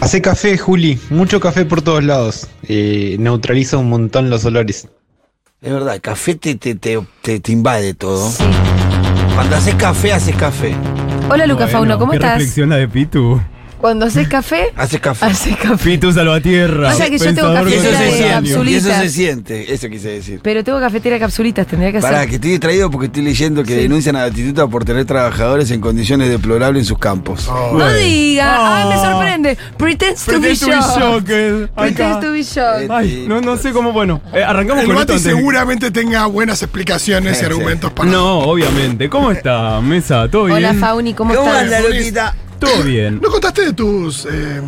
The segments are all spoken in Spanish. Hace café, Juli. Mucho café por todos lados. Eh, neutraliza un montón los olores. Es verdad, el café te, te, te, te- te invade todo. Cuando haces café, haces café. Hola Luca Bueno, Fauno, ¿cómo qué estás? reflexión la de Pitu. Cuando haces café, Haces café. haces café. Pitu Salvatierra. O sea que yo tengo pensador Y eso se cafetera contemporáneo. de siente. capsulitas. y eso se siente. Eso quise decir. Pero tengo cafetera de capsulitas, tendría que Pará, hacer. que estoy distraído porque estoy leyendo que denuncian a la tituta por tener trabajadores en condiciones deplorables en sus campos. Oh. No diga, ay, me Ah. sorprende. Pretends to be Pretend to be shocked. shocked. Eh, Pretends Acá. to be shocked. Ay, no, no sé cómo, bueno. eh, arrancamos El con esto antes. Mati seguramente tenga buenas explicaciones Sí, y argumentos para. No, obviamente. ¿Cómo está, Mesa? ¿Todo bien? Hola Fauni, ¿cómo ¿Cómo estás? anda, Luquita? Todo bien. ¿No contaste de tus. eh,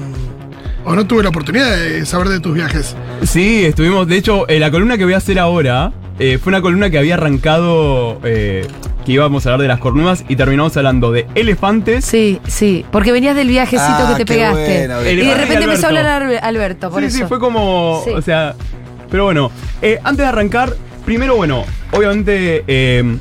o no tuve la oportunidad de saber de tus viajes? Sí, estuvimos. De hecho, eh, la columna que voy a hacer ahora eh, fue una columna que había arrancado. eh, que íbamos a hablar de las cornudas y terminamos hablando de elefantes. Sí, sí, porque venías del viajecito Ah, que te qué pegaste. bueno, y de Elefante repente empezó a Alberto. hablar Arbe- Alberto, por sí, eso. sí, fue como. Sí. O sea. Pero bueno, eh, antes de arrancar, primero, bueno, obviamente. eh,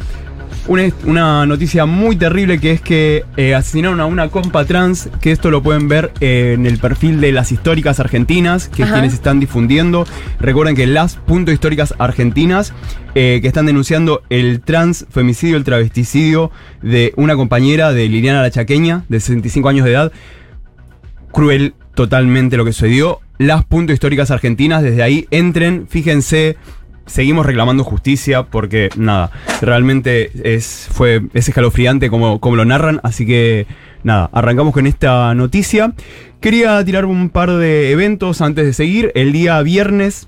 una, una noticia muy terrible que es que eh, asesinaron a una compa trans, que esto lo pueden ver eh, en el perfil de las históricas argentinas, que es Ajá. quienes están difundiendo. Recuerden que las punto históricas argentinas, eh, que están denunciando el transfemicidio, el travesticidio de una compañera de Liliana La Chaqueña, de 65 años de edad. Cruel totalmente lo que sucedió. Las punto históricas argentinas, desde ahí entren, fíjense seguimos reclamando justicia porque nada, realmente es, fue, es escalofriante como, como lo narran, así que nada, arrancamos con esta noticia. Quería tirar un par de eventos antes de seguir. El día viernes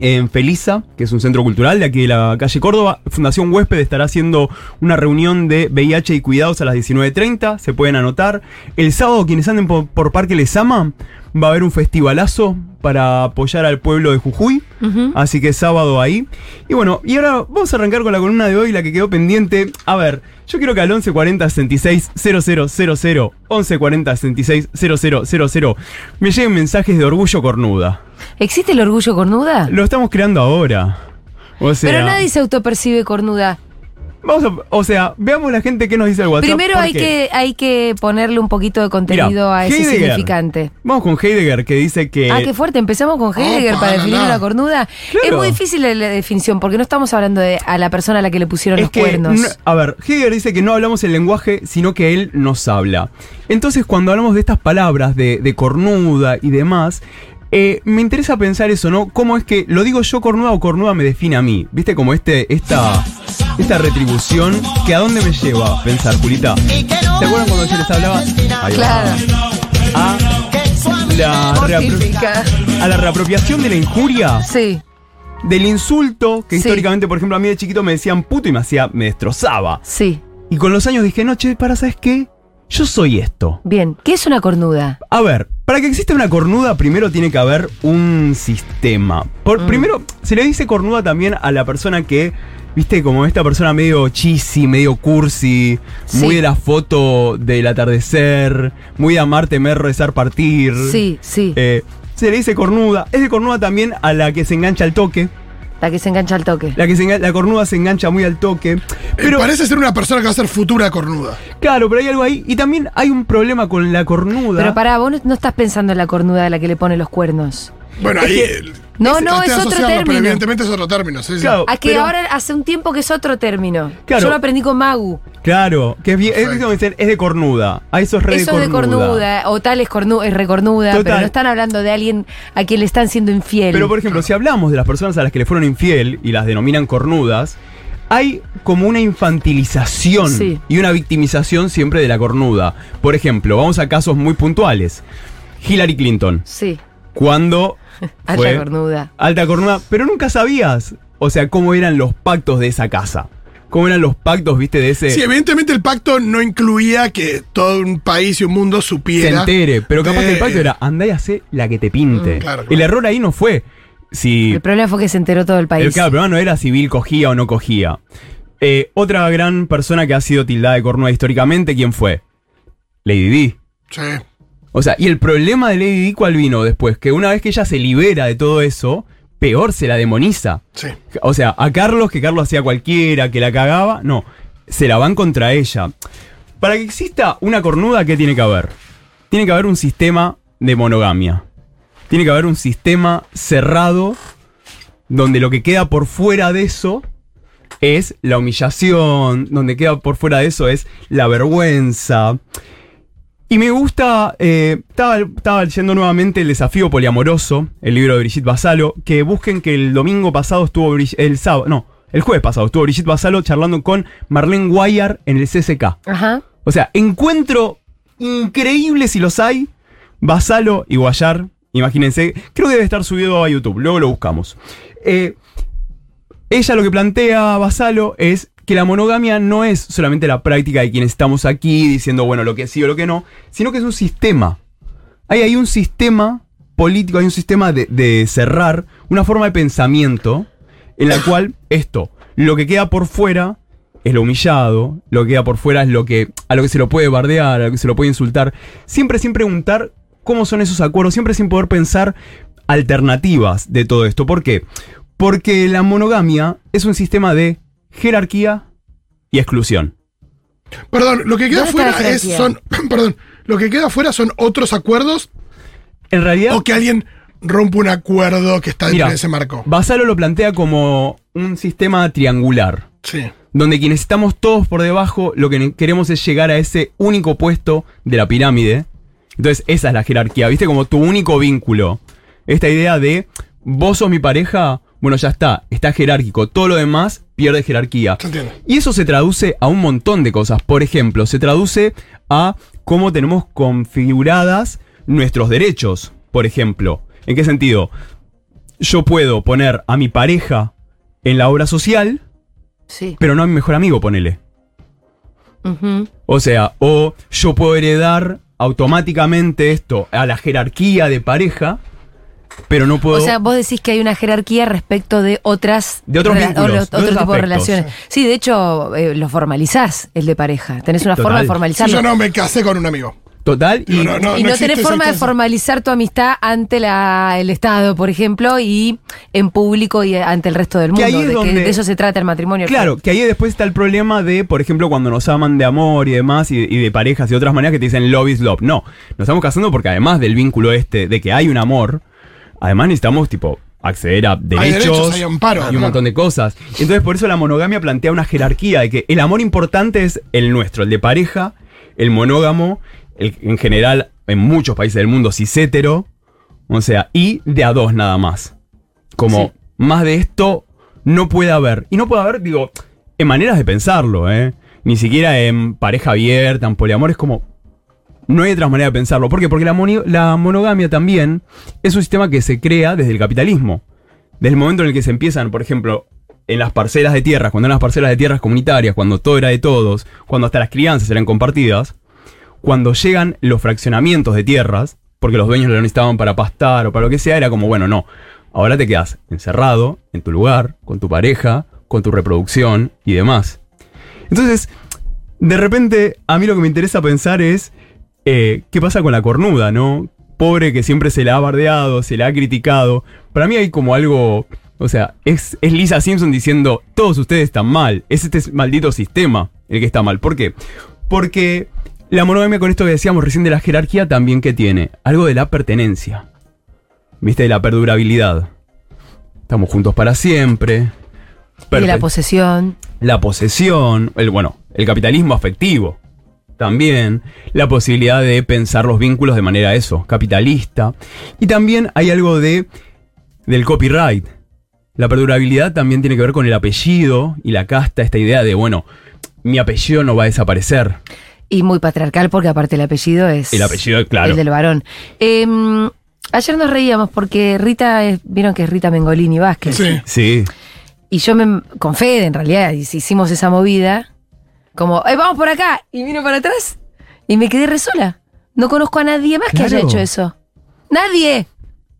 en Felisa, que es un centro cultural de aquí de la calle Córdoba. Fundación Huésped estará haciendo una reunión de VIH y cuidados a las 19.30, se pueden anotar. El sábado, quienes anden por, por Parque Les Ama, va a haber un festivalazo para apoyar al pueblo de Jujuy, así que sábado ahí. Y bueno, y ahora vamos a arrancar con la columna de hoy, la que quedó pendiente. A ver, yo quiero que al 1140 66 0000, 1140 66 0000, me lleguen mensajes de orgullo cornuda. ¿Existe el orgullo cornuda? Lo estamos creando ahora. O sea, Ah. Pero nadie se autopercibe cornuda. vamos a- o sea, veamos la gente que nos dice el WhatsApp. Primero hay porque- que, hay que ponerle un poquito de contenido Mirá, a ese Heidegger. significante. Vamos con Heidegger que dice que. Ah, qué fuerte. Empezamos con Heidegger Opa, para definir no. una cornuda. Claro. Es muy difícil la, la definición porque no estamos hablando de a la persona a la que le pusieron es los que cuernos. no- a ver, Heidegger dice que no hablamos el lenguaje, sino que él nos habla. Entonces, cuando hablamos de estas palabras, de, de cornuda y demás, eh, me interesa pensar eso, ¿no? ¿Cómo es que lo digo yo cornuda o cornuda me define a mí? ¿Viste como este, esta, esta retribución que a dónde me lleva a pensar, Julita? ¿Te acuerdan cuando yo les hablaba? Ahí va. Claro. a la, Mortifica. reapro- a la reapropiación de la injuria, Sí. del insulto, que Sí. históricamente, por ejemplo, a mí de chiquito me decían puto y me hacía, me destrozaba. Sí. Y con los años dije, no, che, para, ¿sabes qué? Yo soy esto. Bien. ¿Qué es una cornuda? A ver, para que exista una cornuda, primero tiene que haber un sistema. Por, Mm. Primero, se le dice cornuda también a la persona que, viste, como esta persona medio chisi, medio cursi, Sí. muy de la foto del atardecer, muy de amar, temer, rezar, partir. Sí, sí. Eh, se le dice cornuda. Es de cornuda también a la que se engancha al toque. La que se engancha al toque. La, que se engan- la cornuda se engancha muy al toque. Eh, Pero, parece ser una persona que va a ser futura cornuda. claro, pero hay algo ahí. Y también hay un problema con la cornuda. Pero pará, vos no, no estás pensando en la cornuda a la que le pone los cuernos. Bueno, ahí. No, no, traté de es otro asociarlo, Pero término. evidentemente es otro término. sí, sí. Claro. A que pero- ahora hace un tiempo que es otro término. Claro. Yo lo aprendí con Magu. Claro, que es, bien- es, Perfecto. como dicen, es de cornuda. A eso es re Eso de cornuda. o tal es, cornu es recornuda, pero Total. no están hablando de alguien a quien le están siendo infiel. Pero por ejemplo, si hablamos de las personas a las que le fueron infiel y las denominan cornudas, hay como una infantilización Sí. y una victimización siempre de la cornuda. Por ejemplo, vamos a casos muy puntuales. Hillary Clinton, Sí, cuando alta fue cornuda. alta cornuda, pero nunca sabías, o sea, cómo eran los pactos de esa casa. Cómo eran los pactos, viste, de ese... Sí, evidentemente el pacto no incluía que todo un país y un mundo se supiera. entere, pero capaz de- que el pacto era andá y hacé la que te pinte. Mm, claro, claro. El error ahí no fue si El problema fue que se enteró todo el país. El claro, el problema no era si Bill cogía o no cogía. Eh, otra gran persona que ha sido tildada de cornuda históricamente, ¿quién fue? Lady Di. Sí. O sea, y el problema de Lady Di, ¿cuál vino después? Que una vez que ella se libera de todo eso, peor se la demoniza. Sí. O sea, a Carlos, que Carlos hacía cualquiera, que la cagaba, no. Se la van contra ella. Para que exista una cornuda, ¿qué tiene que haber? Tiene que haber un sistema de monogamia. Tiene que haber un sistema cerrado donde lo que queda por fuera de eso es la humillación, donde queda por fuera de eso es la vergüenza. Y me gusta, eh, estaba, estaba leyendo nuevamente El desafío poliamoroso, el libro de Brigitte Basalo, que busquen que el domingo pasado estuvo, Brig- el sábado, no, el jueves pasado estuvo Brigitte Basalo charlando con Marlene Guayar en el CSK. Ajá. O sea, encuentro increíble si los hay. Basalo y Guayar, imagínense. Creo que debe estar subido a YouTube, luego lo buscamos. Eh, ella lo que plantea Basalo es que la monogamia no es solamente la práctica de quienes estamos aquí diciendo, bueno, lo que sí o lo que no, sino que es un sistema. Hay, hay un sistema político, hay un sistema de, de cerrar, una forma de pensamiento en la cual esto, lo que queda por fuera es lo humillado, lo que queda por fuera es lo que a lo que se lo puede bardear, a lo que se lo puede insultar, siempre sin preguntar cómo son esos acuerdos, siempre sin poder pensar alternativas de todo esto. ¿Por qué? Porque la monogamia es un sistema de jerarquía y exclusión. Perdón, lo que queda ¿Dónde está fuera la es, jerarquía? son, perdón, lo que queda fuera son otros acuerdos En realidad, o que alguien rompe un acuerdo que está dentro Mira. de ese marco. Basalo lo plantea como un sistema triangular. Sí. donde quienes estamos todos por debajo, lo que queremos es llegar a ese único puesto de la pirámide. Entonces, esa es la jerarquía, ¿viste? Como tu único vínculo. Esta idea de, vos sos mi pareja, bueno, ya está, está jerárquico, todo lo demás pierde jerarquía. Se entiende. Y eso se traduce a un montón de cosas. Por ejemplo, se traduce a cómo tenemos configuradas nuestros derechos. Por ejemplo, ¿en qué sentido? Yo puedo poner a mi pareja en la obra social, Sí. pero no a mi mejor amigo, ponele. Ujú. O sea, o yo puedo heredar automáticamente esto a la jerarquía de pareja, pero no puedo... O sea, vos decís que hay una jerarquía respecto de otras De otros rela- vínculos, o los- de otro otros tipo de aspectos. relaciones. Sí, de hecho, eh, lo formalizás, el de pareja. Tenés una Total. forma de Si formalizarlo. yo no me casé con un amigo. total, y Digo, no, no, y no no, existe tenés esa forma de cosa. formalizar tu amistad ante la- el Estado, por ejemplo, y en público y ante el resto del Que mundo. ahí de, es que donde- de eso se trata el matrimonio. Claro, que ahí después está el problema de, por ejemplo, cuando nos aman de amor y demás, y, y de parejas y otras maneras que te dicen love is love. No, nos estamos casando porque además del vínculo este, de que hay un amor, además necesitamos, tipo, acceder a derechos, derechos, hay amparo, y un claro. montón de cosas. Entonces, por eso la monogamia plantea una jerarquía de que el amor importante es el nuestro, el de pareja, el monógamo, el, en general, en muchos países del mundo, hetero, o sea, y de a dos nada más. Como más de esto no puede haber. Y no puede haber, digo, en maneras de pensarlo, ¿eh? Ni siquiera en pareja abierta, en poliamor, es como... No hay otra manera de pensarlo. ¿Por qué? Porque la, moni- la monogamia también es un sistema que se crea desde el capitalismo. Desde el momento en el que se empiezan, por ejemplo, en las parcelas de tierras, cuando eran las parcelas de tierras comunitarias, cuando todo era de todos, cuando hasta las crianzas eran compartidas, cuando llegan los fraccionamientos de tierras, porque los dueños lo necesitaban para pastar o para lo que sea, era como, bueno, no, ahora te quedas encerrado en tu lugar, con tu pareja, con tu reproducción y demás. Entonces, de repente, a mí lo que me interesa pensar es eh, qué pasa con la cornuda, ¿no? Pobre que siempre se la ha bardeado, se la ha criticado. Para mí hay como algo, o sea, es, es Lisa Simpson diciendo, todos ustedes están mal, es este maldito sistema el que está mal. ¿Por qué? Porque la monogamia con esto que decíamos recién de la jerarquía también que tiene, algo de la pertenencia, ¿viste? De la perdurabilidad. Estamos juntos para siempre. Y de la Perfecto posesión. la posesión, el, bueno, el capitalismo afectivo. También la posibilidad de pensar los vínculos de manera eso, capitalista. Y también hay algo de del copyright. La perdurabilidad también tiene que ver con el apellido y la casta, esta idea de, bueno, mi apellido no va a desaparecer. Y muy patriarcal, porque aparte el apellido es. El apellido, claro. El del varón. Eh, ayer nos reíamos porque Rita, es- vieron que es Rita Mengolini Vázquez. Sí. Sí. Y yo me, con Fede, en realidad, y si hicimos esa movida, como, "Eh, vamos por acá! Y vino para atrás y me quedé re sola. No conozco a nadie más que Claro. haya hecho eso. ¡Nadie!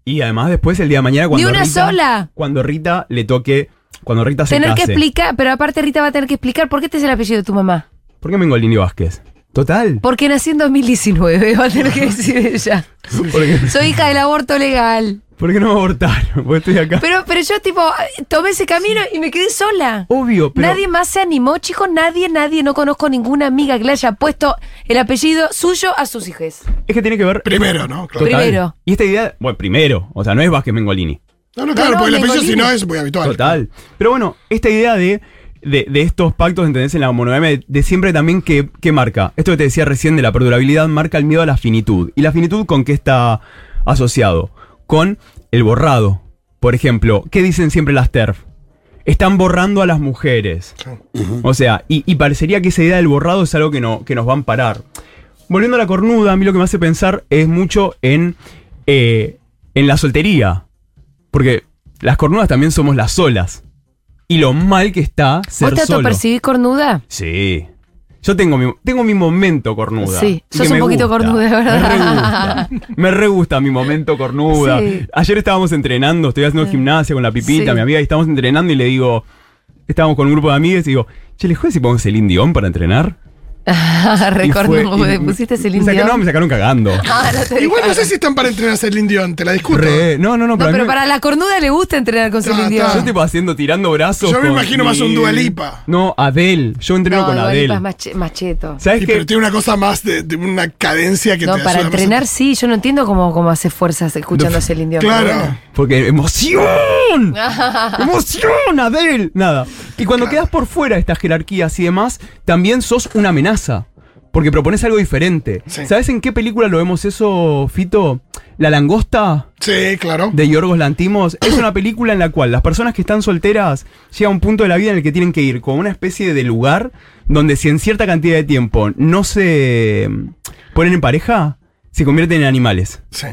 Y además después el día de mañana cuando ¡Ni una Rita, sola! cuando Rita le toque, cuando Rita se Tener que case. explicar, pero aparte Rita va a tener que explicar por qué este es el apellido de tu mamá. ¿Por qué Mengolini Vázquez? Total. Porque nací en 2019, va a tener que decir ella. Porque- Soy hija del aborto legal. ¿Por qué no me abortaron? Porque estoy acá. Pero, pero yo, tipo, tomé ese camino y me quedé sola. Obvio, Oh, pero. Nadie más se animó, chicos. Nadie, nadie. No conozco ninguna amiga que le haya puesto el apellido suyo a sus hijos. Es que tiene que ver. Primero, ¿no? Claro. Total. Primero. Y esta idea, bueno, primero, o sea, no es Vázquez Mengolini. No, no, claro, no, porque el apellido si Mengolini. no es muy habitual. Total. Pero bueno, esta idea de, de, de estos pactos, ¿entendés? En la monogamia, de, de siempre también, ¿qué, qué marca? Esto que te decía recién de la perdurabilidad marca el miedo a la finitud. ¿Y la finitud con qué está asociado? Con el borrado. Por ejemplo, ¿qué dicen siempre las TERF? Están borrando a las mujeres. O sea, y, y parecería que esa idea del borrado es algo que, no, que nos va a amparar. Volviendo a la cornuda, a mí lo que me hace pensar es mucho en, eh, en la soltería. Porque las cornudas también somos las solas. Y lo mal que está ser ¿Vos te solo. autopercibís cornuda? Sí. Yo tengo mi, tengo mi momento cornuda. Sí, y sos que me un poquito gusta. cornuda, de verdad. Me re gusta. Me re gusta mi momento cornuda. Sí. Ayer estábamos entrenando, estoy haciendo gimnasia con la pipita, Sí. mi amiga, y estábamos entrenando y le digo. Estábamos con un grupo de amigas y digo, che, ¿les juegas si ponemos el indión para entrenar? Ah, Y fue- y Recornuda. me- Pusiste ese me sacaron- No, indio. me sacaron cagando. Ah, no te Igual no dejaron. sé si están para entrenarse el indión, te la discuto. Re- no, no, no, No, a mí pero me- para la cornuda le gusta entrenar con su Ta, indio. ta. Yo tipo haciendo, tirando brazos. Yo me con imagino más un Lil. Dua Lipa. No, Adel. Yo entreno No, con Dua Lipa Adel. es mache- macheto. ¿Sabes Y pero qué? tiene una cosa más de, de una cadencia que No, te para ayuda más a- entrenar sí, yo no entiendo cómo, cómo hace fuerzas escuchando a Celine Dion. Claro. Porque emoción. emoción, Adel. Nada. Y cuando quedas por fuera de estas jerarquías y demás, también sos una amenaza. Porque propones algo diferente. Sí. ¿Sabes en qué película lo vemos eso, Fito? La langosta. Sí, claro. de Yorgos Lantimos es una película en la cual las personas que están solteras llegan a un punto de la vida en el que tienen que ir con una especie de lugar donde si en cierta cantidad de tiempo no se ponen en pareja, se convierten en animales. Sí.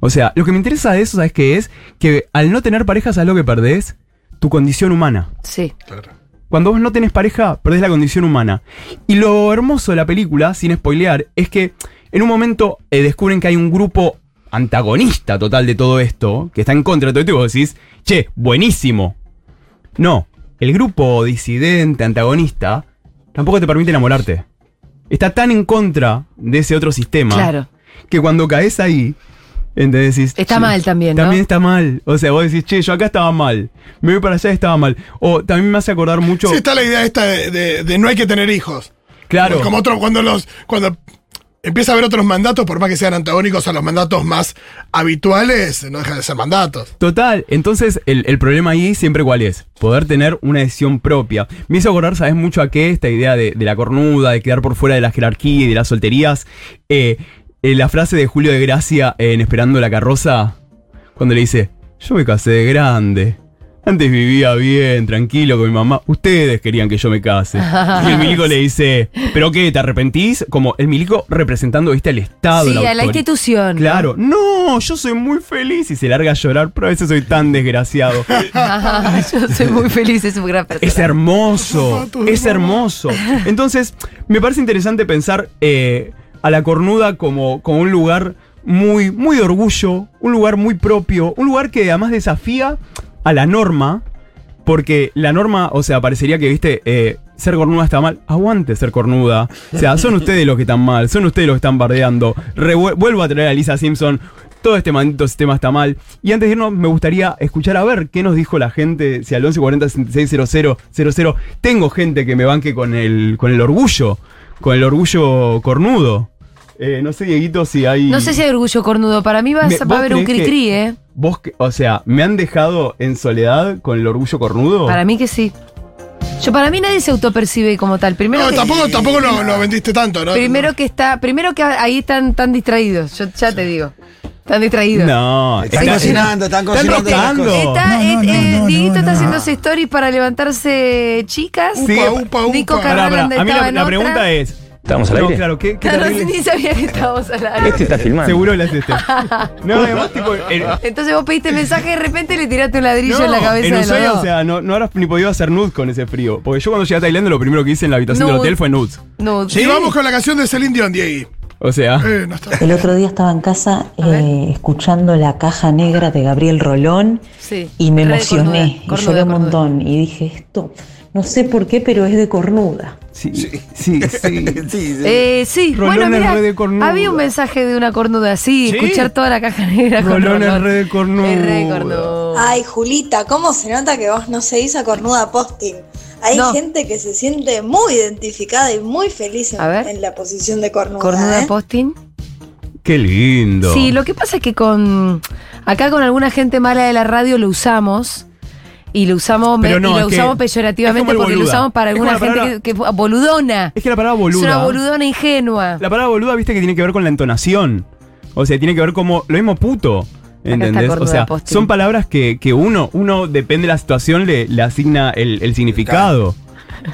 O sea, lo que me interesa de eso, ¿sabes qué es? Que al no tener pareja, ¿sabes lo que perdés? Tu condición humana. Sí. Claro. Cuando vos no tenés pareja, perdés la condición humana. Y lo hermoso de la película, sin spoilear, es que en un momento eh, descubren que hay un grupo antagonista total de todo esto, que está en contra de todo esto, y vos decís, che, buenísimo. No, el grupo disidente, antagonista, tampoco te permite enamorarte. Está tan en contra de ese otro sistema Claro. que cuando caes ahí, entonces decís, Está "Che, mal también, ¿no? También está mal. O sea, vos decís, che, yo acá estaba mal. Me voy para allá y estaba mal. O también me hace acordar mucho. Sí, está la idea esta de, de- de no hay que tener hijos. claro. Como otro, cuando los. Cuando empieza a haber otros mandatos, por más que sean antagónicos a los mandatos más habituales, no dejan de ser mandatos. Total, entonces el, el problema ahí siempre cuál es, poder tener una decisión propia. Me hizo acordar, sabes mucho a qué, esta idea de, de la cornuda, de quedar por fuera de la jerarquía y de las solterías. Eh, eh, la frase de Julio de Gracia en Esperando la carroza, cuando le dice, yo me casé de grande. Antes vivía bien, tranquilo con mi mamá. Ustedes querían que yo me case. Y el milico le dice, ¿pero qué? ¿Te arrepentís? Como el milico representando, viste, al Sí, Estado. a la autoridad. institución. ¿no? Claro, no, yo soy muy feliz y se larga a llorar, pero a veces soy tan desgraciado. Ajá, yo soy muy feliz, es un gran persona. Es hermoso, es hermoso. Entonces, me parece interesante pensar eh, a la cornuda como, como un lugar muy, muy de orgullo, un lugar muy propio, un lugar que además desafía a la norma, porque la norma, o sea, parecería que, viste, eh, ser cornuda está mal, aguante ser cornuda. O sea, son ustedes los que están mal, son ustedes los que están bardeando. Revuel- vuelvo a traer a Lisa Simpson. Todo este maldito sistema está mal. Y antes de irnos, me gustaría escuchar a ver qué nos dijo la gente. Si al 1140 660000 tengo gente que me banque con el, con el orgullo, con el orgullo cornudo. Eh, no sé, Dieguito, si hay. No sé si hay orgullo cornudo. Para mí vas- Me- va ¿vos a haber un creés que- cri-cri, ¿eh? Vos, que- o sea, ¿me han dejado en soledad con el orgullo cornudo? Para mí que sí. Yo para mí nadie se autopercibe como tal. Primero No, que, tampoco, tampoco lo, lo vendiste tanto, ¿no? primero que está, primero que ahí están tan distraídos. Yo ya te digo. Están distraídos. No, Están está- cocinando, están están cocinando. las tocando. cosas. Está, No, eh, no, no, eh, no, Dieguito no, está no. haciendo sus stories para levantarse chicas. Sí, Upa, upa, Nico upa. Carrera Pará, pará, donde A mí estaba la, en la otra. pregunta es. ¿Estamos al no, aire? claro, ¿qué, qué Claro, terrible- ni sabía que estábamos al aire. Este está filmando. Seguro la hiciste. No, además, tipo. En, Entonces vos pediste mensaje y de repente le tiraste un ladrillo no, en la cabeza en de Ushuaia, los o sea, no, no habrás ni podido hacer nudes con ese frío. Porque yo cuando llegué a Tailandia, lo primero que hice en la habitación del Nudes. hotel fue nudes. No, Y vamos con la canción de Celine Dion, Diego. O sea. Eh, no está. El otro día estaba en casa A ver. eh, escuchando La Caja Negra de Gabriel Rolón Sí. y me Re emocioné cornuda, y lloré cornuda, un cornuda. montón y dije esto No sé por qué, pero es de cornuda. Sí, sí, sí. Sí, sí. Eh, sí, Rolón bueno, es mirá, re de cornuda. había un mensaje de una cornuda así, ¿Sí? escuchar toda la caja negra con Rolón es re de cornuda. Es re de cornuda. Ay, Julita, ¿cómo se nota que vos no seguís a Cornuda Posting? Hay No. gente que se siente muy identificada y muy feliz en, A ver. en la posición de Cornuda. Cornuda ¿eh? posting. Qué lindo. Sí, lo que pasa es que con acá con alguna gente mala de la radio lo usamos y lo usamos me- Pero no, y lo es que usamos es peyorativamente como el porque lo boluda. usamos para Es como alguna la gente palabra- que, que- boludona. Es que la palabra Es boluda. una boludona ingenua. La palabra boluda, viste que tiene que ver con la entonación. O sea, tiene que ver como lo mismo puto. está ¿Entendés? O Córdoba sea, Posting. son palabras que, que uno, uno depende de la situación, le, le asigna el, el significado.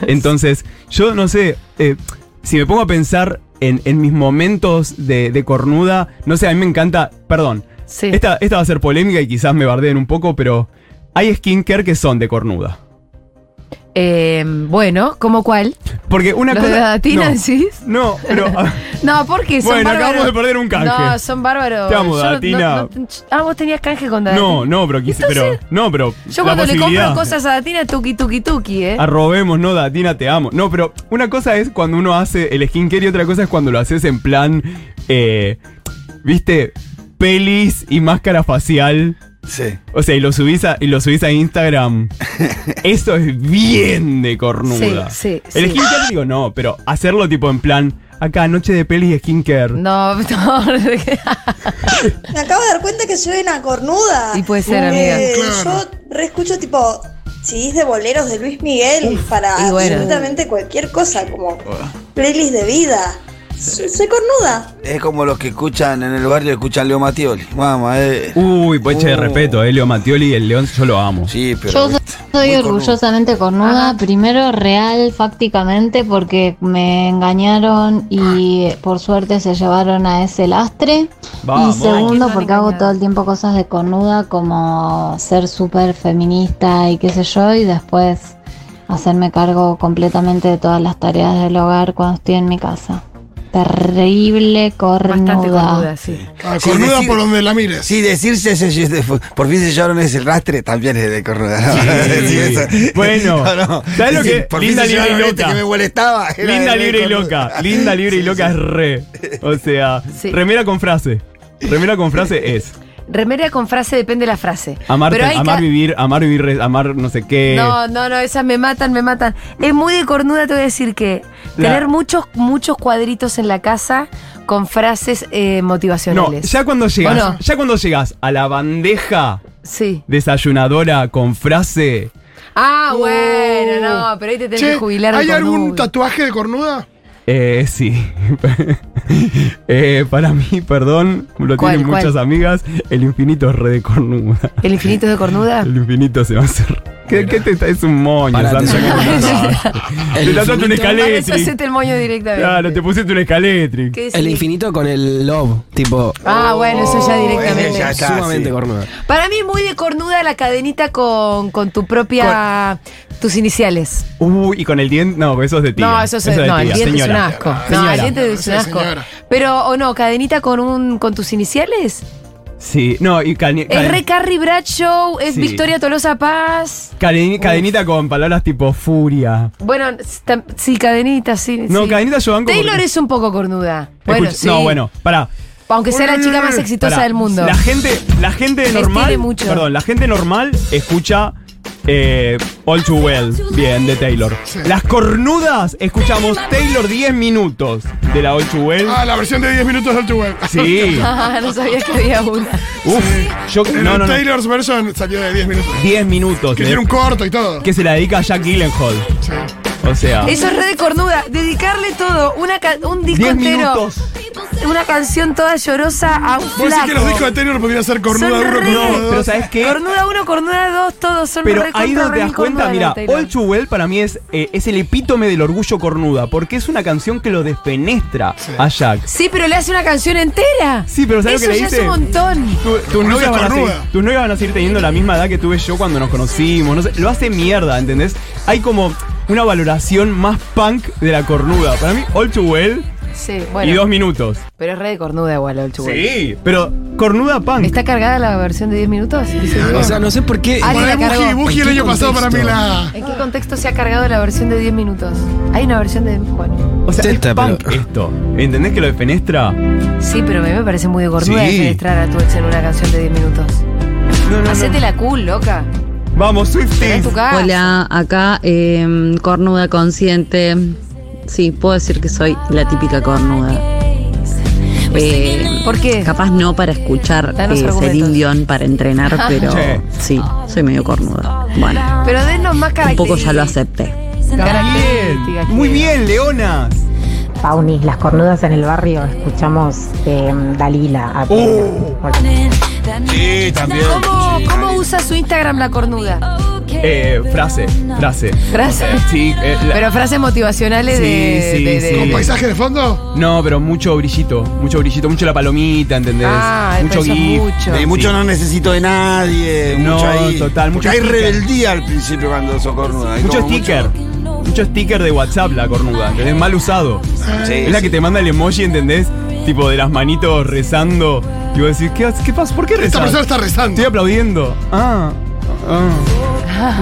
Entonces, yo no sé, eh, si me pongo a pensar en, en mis momentos de, de cornuda, no sé, a mí me encanta, perdón, Sí. esta, esta va a ser polémica y quizás me bardeen un poco, pero hay skincare que son de cornuda. Eh, bueno, ¿cómo cuál? Porque una ¿Los cosa... de Dadatina no, decís? no, pero... No, porque son Bueno, bárbaros. acabamos de perder un canje. No, son bárbaros. Te amo, Yo no- Datina. no- no- ah, vos tenías canje con Datina. No, no, pero quise, pero. Entonces, No, pero. Yo la cuando le compro posibilidad. cosas a Datina, tuki tuki tuki, ¿eh? Arrobemos, no, Datina, te amo. No, pero una cosa es cuando uno hace el skincare y otra cosa es cuando lo haces en plan. eh, ¿Viste? Pelis y máscara facial. Sí. O sea, y lo subís a, y lo subís a Instagram. Eso es bien de cornuda. Sí, sí, El sí. skincare digo no, pero hacerlo tipo en plan. Acá, noche de pelis y skincare. No, no. Me acabo de dar cuenta que soy una cornuda. Y puede ser, Eh, amiga. Claro. Yo reescucho tipo CDs de boleros de Luis Miguel para y bueno. absolutamente cualquier cosa, como playlist de vida. Soy soy cornuda. Es como los que escuchan en el barrio, escuchan Leo Matioli. Vamos, eh. Uh. Uy, poche de Oh. respeto, Elio Matioli, el león, yo lo amo. Sí, pero. Yo viste, soy muy orgullosamente cornuda, Ajá. primero real fácticamente porque me engañaron y por suerte se llevaron a ese lastre. Vamos. Y Ay, segundo qué porque hago engañada. todo el tiempo cosas de cornuda como ser súper feminista y qué sé yo y después hacerme cargo completamente de todas las tareas del hogar cuando estoy en mi casa. Terrible Bastante cornuda. cornuda, sí. Ah, Sí, cornuda decir- por donde la mires. Sí, decirse ese- ese- por fin se llevaron ese rastre también es de cornuda. Sí. Bueno, ¿sabes lo que- Por Linda, fin se libre y llevaron este loca. que me molestaba. era Linda, de- de libre y cornuda. loca. Linda, libre y Sí, loca sí. es re. O sea, Sí. remera con frase. Remera con frase es Remera con frase depende de la frase. amar, Pero hay amar ca- vivir, amar vivir, re- amar no sé qué. No, no, no, esas me matan, me matan. Es muy de cornuda, te voy a decir que La- tener muchos, muchos cuadritos en la casa con frases eh, No, motivacionales. ya cuando llegas, ¿O no? ya cuando llegas a la bandeja Sí. desayunadora con frase, Ah, Uh. bueno, Oh. no, pero ahí te tenés Che, que jubilar. de ¿Hay algún cornuda. tatuaje de cornuda? eh, sí. Eh, para mí, perdón, lo ¿Cuál, tienen muchas cuál? amigas, el infinito es re de cornuda. ¿El infinito es de cornuda? El infinito se va a hacer. ¿Qué, qué te está- es un moño, Pará, te Sandra, saco ¿qué una te nota. pasa? El Te tatuaste un infinito- Ah, eso escaletre. hacete el moño directamente. Claro, te pusiste un escalétrico. ¿Qué El decís? infinito con el love, tipo. Ah, bueno, eso ya Oh, directamente. ese ya está, Ah, sumamente Ah, sí. cornuda. Para mí muy de cornuda la cadenita con, con tu propia... tus iniciales. Uh, y con el diente. No, eso es de tía. No, eso es, de no, el tía, diente señora. es un asco. No, el Señora. diente es un Sí, asco. señora. Pero, o no, cadenita con un con tus iniciales. Sí, no, y cani- cani- Es re Carrie Bradshaw, es Sí. Victoria Tolosa Paz. cani- cadenita con palabras tipo furia. Bueno, tam- sí, cadenita, sí. No, sí. cadenita yo banco. Taylor porque- es un poco cornuda. Bueno, Escucha- sí. No, bueno, pará. Aunque sea la chica más exitosa pará. del mundo. La gente, la gente Vestirle normal. mucho. Perdón, la gente normal escucha. eh, All Too Well, bien, de Taylor. Las cornudas, escuchamos Taylor 10 minutos de la All Too Well. Ah, la versión de 10 minutos del tu web. Sí. Ah, no sabía que había una. Uf, yo El no, no, no. Taylor's version salió de 10 minutos. 10 minutos. Que eh, tiene un corto y todo. que se la dedica a Jack Gyllenhaal. Sí. O sea, Eso es re de cornuda. Dedicarle todo, una ca- un disco 10 entero. minutos. Una canción toda llorosa a un Vos decís flaco. que los discos de Taylor podrían ser cornuda Son 1, re- cornuda 2. Pero ¿sabes qué? Cornuda 1, cornuda 2, todos son Pero re ahí contra donde te re das cuenta, cornuda mira, la de Taylor. All Too Well para mí es, eh, es el epítome del orgullo cornuda, porque es una canción que lo despenestra a Jack. Sí, pero le hace una canción entera. Sí, pero ¿sabes Eso lo que le ya dice? es un montón. Tu- tus, Por eso novias es van a seguir- cornuda. tus novias van a seguir teniendo la misma edad que tuve yo cuando nos conocimos. no sé, lo hace mierda, ¿entendés? Hay como una valoración más punk de la cornuda. Para mí, All Too Well Sí, y bueno. dos minutos. Pero es re de cornuda igual, All Too Well. Sí, pero cornuda punk. Está cargada la versión de 10 minutos. Dice, O sea, no sé por qué. Alguien la Bueno, Buji, cargó. Buji el ¿En qué año pasado para mí contexto? la. ¿En qué contexto se ha cargado la versión de 10 minutos? Hay una versión de. Bueno. O sea, es Teta, punk pero- esto. ¿Entendés que lo de Fenestra? Sí, pero a mí me parece muy de gordura Sí. registrar a tu ex en una canción de 10 minutos. No, no, Hacete la cool, loca. Vamos, Pero en Swifties. tu Ah, casa. Hola, acá eh, cornuda consciente. Sí, puedo decir que soy la típica cornuda. Eh, ¿Por qué? Capaz no para escuchar Pues Danos eh, argumentos. Celine Dion para entrenar, pero Che. sí, soy medio cornuda. Bueno, Pero denos más un características. poco ya lo acepté. Está Características. bien. Muy bien, Leonas. Paunis, las cornudas en el barrio, escuchamos eh, Dalila. a pleno. Sí, también. ¿Cómo, cómo usa su Instagram la cornuda? Eh, frase, frase. Frase. Sí, eh, la- Pero frases motivacionales Sí, de, sí, de- de- sí. ¿Con Eh. paisaje de fondo? No, pero mucho brillito, mucho brillito, mucho la palomita, ¿entendés? Ah, mucho pero eso es gif. mucho. De mucho no necesito de nadie. No, mucho ahí. total, Porque mucho hay sticker. rebeldía al principio cuando sos cornuda. hay Mucho como sticker. Mucho sticker de WhatsApp la cornuda, ¿entendés? Mal usado. Sí, Es la que sí. te manda el emoji, ¿entendés? Tipo de las manitos rezando. Y vos decís, ¿qué, haces? ¿Qué pasa? ¿Por qué Esta rezas? persona está rezando. Estoy aplaudiendo. Ah. ah.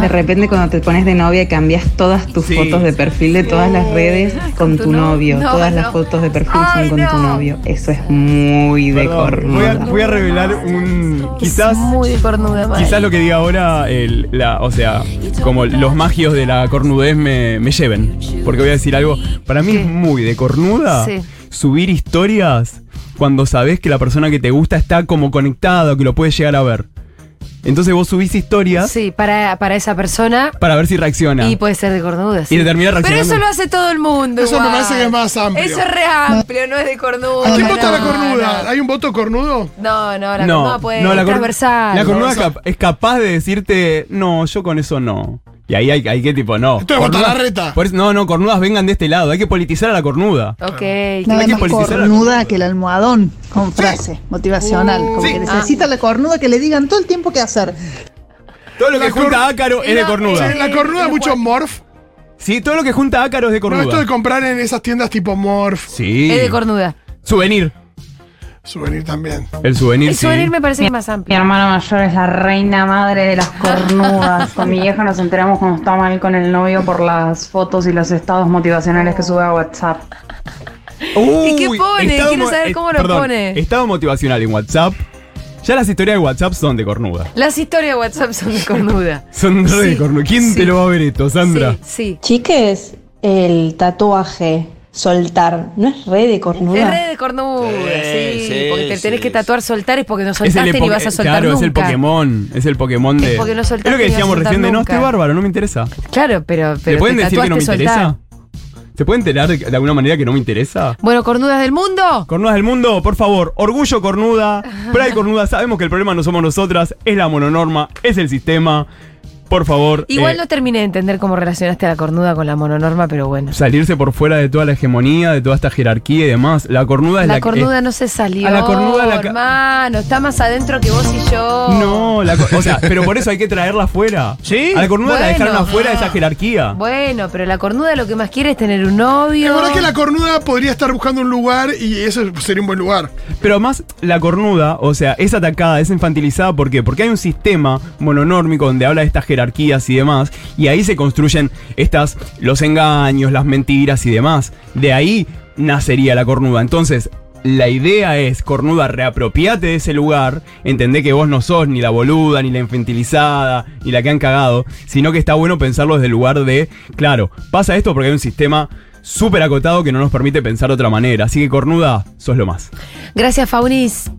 De repente cuando te pones de novia cambias todas tus Sí. fotos de perfil de todas las redes con tu tu novio. novio. todas No, no. las fotos de perfil Ay, son con tu no. novio. Eso es muy de Perdón, voy, a, cornuda. voy a revelar un. Quizás. Es muy de cornuda, mal. Quizás lo que diga ahora, el- la, o sea, como los magios de la cornudez me, me lleven. Porque voy a decir algo. Para mí Sí. es muy de cornuda Sí. subir historias cuando sabes que la persona que te gusta está como conectada o que lo puedes llegar a ver. Entonces vos subís historias Sí, para, para esa persona. para ver si reacciona. Y puede ser de cornuda. sí. Y termina Pero reaccionando. eso lo hace todo el mundo. Eso me igual. parece que es más amplio. Eso es re amplio, no es de cornuda. ¿A quién vota la no, cornuda? no. ¿Hay un voto cornudo? No, no, la no, cornuda puede no, la cor- transversal. La cornuda cap- es capaz de decirte, no, yo con eso no. Y ahí hay, hay que tipo, no. Esto es votar Cornudas- la reta. por eso- no, no, cornudas vengan de este lado. Hay que politizar a la cornuda. Ok. Hay que politizar a la cornuda. que el almohadón con frase motivacional. Como Sí. que necesita Ah, la cornuda que le digan todo el tiempo qué hacer. Todo lo que La cor- junta ácaro es de No, cornuda. eh, La cornuda eh, mucho bueno. morph. Sí, todo lo que junta ácaro es de No, cornuda. esto de comprar en esas tiendas tipo morph. Sí. Es de cornuda. Souvenir. Souvenir también. El souvenir, El sí. souvenir me parece que es más Mi amplio. hermana mayor es la reina madre de las cornudas. Con mi vieja nos enteramos cuando está mal con el novio por las fotos y los estados motivacionales que sube a WhatsApp. Uy, ¿Y qué pone? estado Quiero mo- saber eh, cómo lo perdón, pone. Estado motivacional en WhatsApp. Ya las historias de WhatsApp son de cornuda. Las historias de WhatsApp son de cornuda. Son re de Sí, cornuda. ¿Quién sí. te lo va a ver esto, Sandra? Sí, sí. Chiques, el tatuaje soltar no es re de Es cornuda. re de cornuda, sí. Sí, sí, porque te sí, tenés que sí. tatuar soltar es porque no soltaste ni epo- eh, vas a soltar Claro, nunca. es el Pokémon. Es el Pokémon de. Es porque no es soltaste lo que ni vas a decíamos soltar recién de no, nunca. estoy bárbaro, no me interesa. Claro, pero, pero ¿Le pueden te decir que no me tatuaste soltar. interesa? ¿Se puede enterar de, de alguna manera que no me interesa? Bueno, cornudas del mundo. Cornudas del mundo, por favor, orgullo cornuda, Pride cornuda, sabemos que el problema no somos nosotras, es la mononorma, es el sistema. Por favor, Igual eh, no terminé de entender cómo relacionaste a la cornuda con la mononorma, pero bueno. salirse por fuera de toda la hegemonía, de toda esta jerarquía y demás. La cornuda es la, La cornuda eh, no se salió. a la cornuda la ca- hermano, está más adentro que vos y yo. No, la cor- o sea, pero por eso hay que traerla afuera. ¿Sí? A la cornuda la Bueno. dejaron afuera de esa jerarquía. Bueno, pero la cornuda lo que más quiere es tener un novio. La verdad que la cornuda podría estar buscando un lugar y eso sería un buen lugar. Pero más la cornuda, o sea, es atacada, es infantilizada, ¿por qué? Porque hay un sistema mononórmico donde habla de estas jerarquías y demás, y ahí se construyen estas, los engaños, las mentiras y demás. De ahí nacería la cornuda. Entonces, la idea es, cornuda, reapropiate de ese lugar, entendé que vos no sos ni la boluda, ni la infantilizada, ni la que han cagado, sino que está bueno pensarlo desde el lugar de, claro, pasa esto porque hay un sistema súper acotado que no nos permite pensar de otra manera. Así que cornuda, sos lo más. Gracias, Faunis.